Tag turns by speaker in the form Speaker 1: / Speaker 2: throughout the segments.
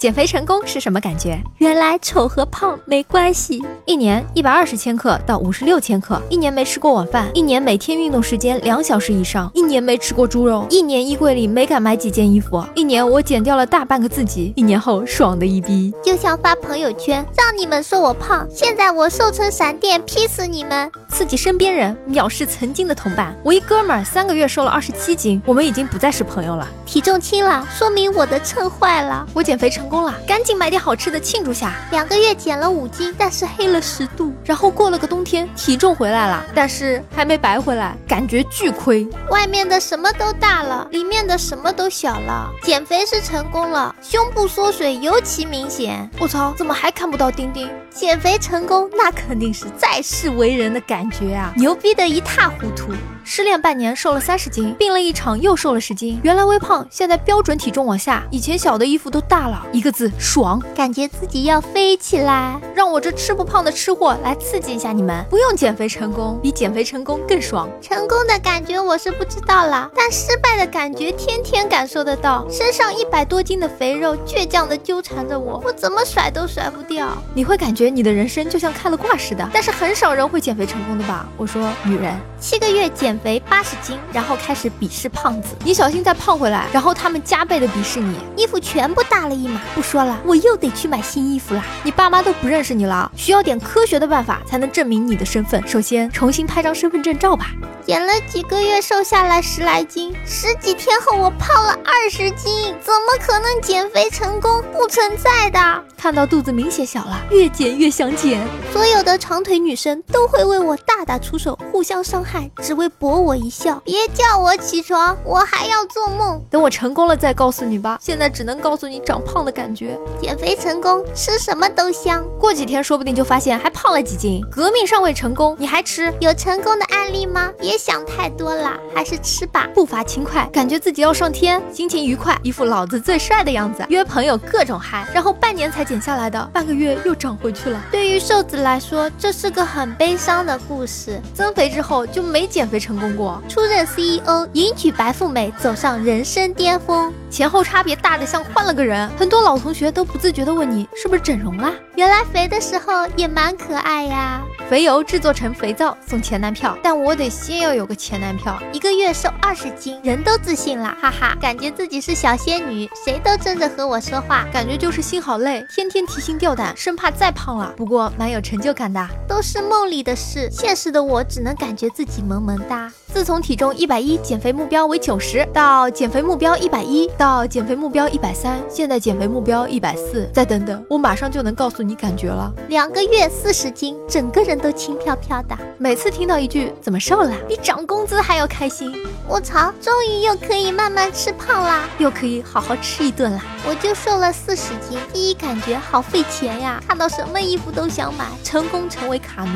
Speaker 1: 减肥成功是什么感觉？原来丑和胖没关系。一年一百二十千克到五十六千克，一年没吃过晚饭，一年每天运动时间两小时以上，一年没吃过猪肉，一年衣柜里没敢买几件衣服，一年我减掉了大半个自己，一年后爽的一逼。
Speaker 2: 就像发朋友圈，让你们说我胖，现在我瘦成闪电，劈死你们！
Speaker 1: 刺激身边人，藐视曾经的同伴。我一哥们儿三个月瘦了二十七斤，我们已经不再是朋友了。
Speaker 2: 体重轻了，说明我的秤坏了。
Speaker 1: 我减肥成功了，赶紧买点好吃的庆祝下。
Speaker 2: 两个月减了五斤，但是黑了十度。
Speaker 1: 然后过了个冬天，体重回来了，但是还没白回来，感觉巨亏。
Speaker 2: 外面的什么都大了，里面的什么都小了。减肥是成功了，胸部缩水尤其明显。
Speaker 1: 我操，怎么还看不到丁丁？
Speaker 2: 减肥成功，
Speaker 1: 那肯定是再世为人的感觉啊，牛逼的一塌糊涂。失恋半年瘦了三十斤，病了一场又瘦了十斤。原来微胖，现在标准体重往下，以前小的衣服都大了。一个字爽，
Speaker 2: 感觉自己要飞起来。
Speaker 1: 让我这吃不胖的吃货来刺激一下你们，不用减肥成功，比减肥成功更爽。
Speaker 2: 成功的感觉我是不知道啦，但失败的感觉天天感受得到。身上一百多斤的肥肉倔强的纠缠着我，我怎么甩都甩不掉。
Speaker 1: 你会感觉你的人生就像开了挂似的，但是很少人会减肥成功的吧？我说，女人，
Speaker 2: 七个月减。肥八十斤，然后开始鄙视胖子。
Speaker 1: 你小心再胖回来，然后他们加倍的鄙视你。
Speaker 2: 衣服全部大了一码，不说了，我又得去买新衣服啦。
Speaker 1: 你爸妈都不认识你了，需要点科学的办法才能证明你的身份。首先，重新拍张身份证照吧。
Speaker 2: 减了几个月，瘦下来十来斤，十几天后我胖了二十斤，怎么可能减肥成功？不存在的。
Speaker 1: 看到肚子明显小了，越减越想减。
Speaker 2: 所有的长腿女生都会为我大打出手，互相伤害，只为博。博我一笑，别叫我起床，我还要做梦。
Speaker 1: 等我成功了再告诉你吧，现在只能告诉你长胖的感觉。
Speaker 2: 减肥成功，吃什么都香。
Speaker 1: 过几天说不定就发现还胖了几斤。革命尚未成功，你还吃？
Speaker 2: 有成功的案例吗？别想太多了，还是吃吧。
Speaker 1: 步伐轻快，感觉自己要上天，心情愉快，一副老子最帅的样子。约朋友各种嗨，然后半年才减下来的，半个月又长回去了。
Speaker 2: 对于瘦子来说，这是个很悲伤的故事。
Speaker 1: 增肥之后就没减肥成。功过，
Speaker 2: 出任 CEO，迎娶白富美，走上人生巅峰，
Speaker 1: 前后差别大的像换了个人。很多老同学都不自觉的问你，是不是整容啦？
Speaker 2: 原来肥的时候也蛮可爱呀、
Speaker 1: 啊。肥油制作成肥皂送前男票，但我得先要有个前男票。
Speaker 2: 一个月瘦二十斤，人都自信了，哈哈，感觉自己是小仙女，谁都争着和我说话，
Speaker 1: 感觉就是心好累，天天提心吊胆，生怕再胖了。不过蛮有成就感的，
Speaker 2: 都是梦里的事，现实的我只能感觉自己萌萌哒。
Speaker 1: 自从体重一百一减肥目标为九十，到减肥目标一百一，到减肥目标一百三，现在减肥目标一百四，再等等，我马上就能告诉你感觉了。
Speaker 2: 两个月四十斤，整个人。都轻飘飘的，
Speaker 1: 每次听到一句“怎么瘦了”，比涨工资还要开心。
Speaker 2: 我操，终于又可以慢慢吃胖啦，
Speaker 1: 又可以好好吃一顿啦。
Speaker 2: 我就瘦了四十斤，第一感觉好费钱呀，看到什么衣服都想买，
Speaker 1: 成功成为卡奴。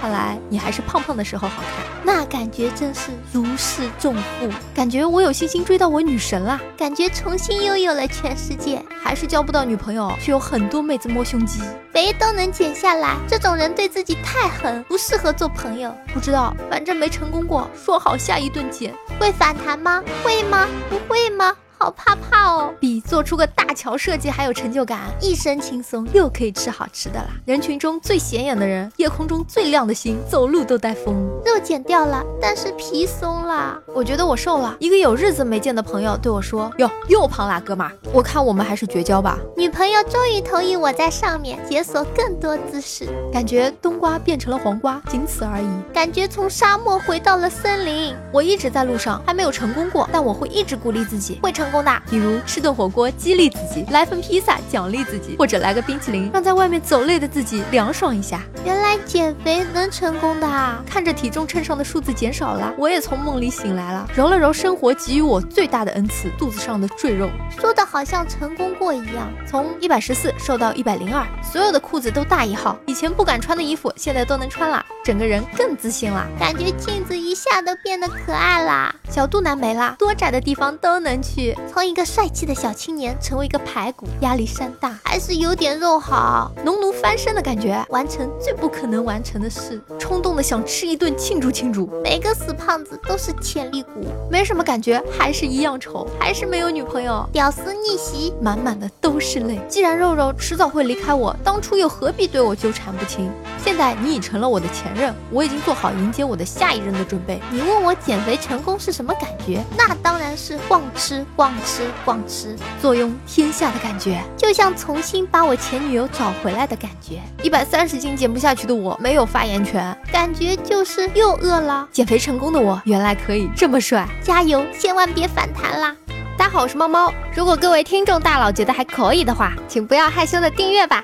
Speaker 1: 看来你还是胖胖的时候好看。
Speaker 2: 那感觉真是如释重负，
Speaker 1: 感觉我有信心追到我女神啦，
Speaker 2: 感觉重新拥有了全世界。
Speaker 1: 还是交不到女朋友，却有很多妹子摸胸肌，
Speaker 2: 肥都能减下来，这种人对自己太狠，不适合做朋友。
Speaker 1: 不知道，反正没成功过，说好下一顿减，
Speaker 2: 会反弹吗？会吗？不会吗？好怕怕哦，
Speaker 1: 比做出个大桥设计还有成就感，一身轻松又可以吃好吃的啦。人群中最显眼的人，夜空中最亮的星，走路都带风。
Speaker 2: 肉减掉了，但是皮松了。
Speaker 1: 我觉得我瘦了。一个有日子没见的朋友对我说：“哟，又胖啦，哥们儿，我看我们还是绝交吧。”
Speaker 2: 女朋友终于同意我在上面解锁更多姿势，
Speaker 1: 感觉冬瓜变成了黄瓜，仅此而已。
Speaker 2: 感觉从沙漠回到了森林。
Speaker 1: 我一直在路上，还没有成功过，但我会一直鼓励自己，会成。
Speaker 2: 成功的，
Speaker 1: 比如吃顿火锅激励自己，来份披萨奖励自己，或者来个冰淇淋，让在外面走累的自己凉爽一下。
Speaker 2: 原来减肥能成功的啊！
Speaker 1: 看着体重秤上的数字减少了，我也从梦里醒来了，揉了揉生活给予我最大的恩赐——肚子上的赘肉，
Speaker 2: 说的好像成功过一样。
Speaker 1: 从一百十四瘦到一百零二，所有的裤子都大一号，以前不敢穿的衣服现在都能穿了，整个人更自信了，
Speaker 2: 感觉镜子一下都变得可爱啦，
Speaker 1: 小肚腩没啦，多窄的地方都能去。
Speaker 2: 从一个帅气的小青年成为一个排骨，压力山大，还是有点肉好。
Speaker 1: 农奴翻身的感觉，
Speaker 2: 完成最不可能完成的事，
Speaker 1: 冲动的想吃一顿庆祝庆祝，
Speaker 2: 每个死胖子都是潜力股，
Speaker 1: 没什么感觉，还是一样丑，还是没有女朋友，
Speaker 2: 屌丝逆袭。
Speaker 1: 满满的都是泪。既然肉肉迟早会离开我，当初又何必对我纠缠不清？现在你已成了我的前任，我已经做好迎接我的下一任的准备。
Speaker 2: 你问我减肥成功是什么感觉？那当然是逛吃逛吃逛吃，
Speaker 1: 坐拥天下的感觉，
Speaker 2: 就像重新把我前女友找回来的感觉，
Speaker 1: 一百三十斤减不下去的我没有发言权。
Speaker 2: 感觉就是又饿了。
Speaker 1: 减肥成功的我，原来可以这么帅。
Speaker 2: 加油，千万别反弹啦！
Speaker 1: 大家好，我是猫猫。如果各位听众大佬觉得还可以的话，请不要害羞的订阅吧。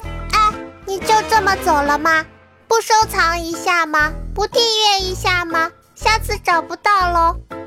Speaker 2: 你就这么走了吗？不收藏一下吗？不订阅一下吗？下次找不到喽。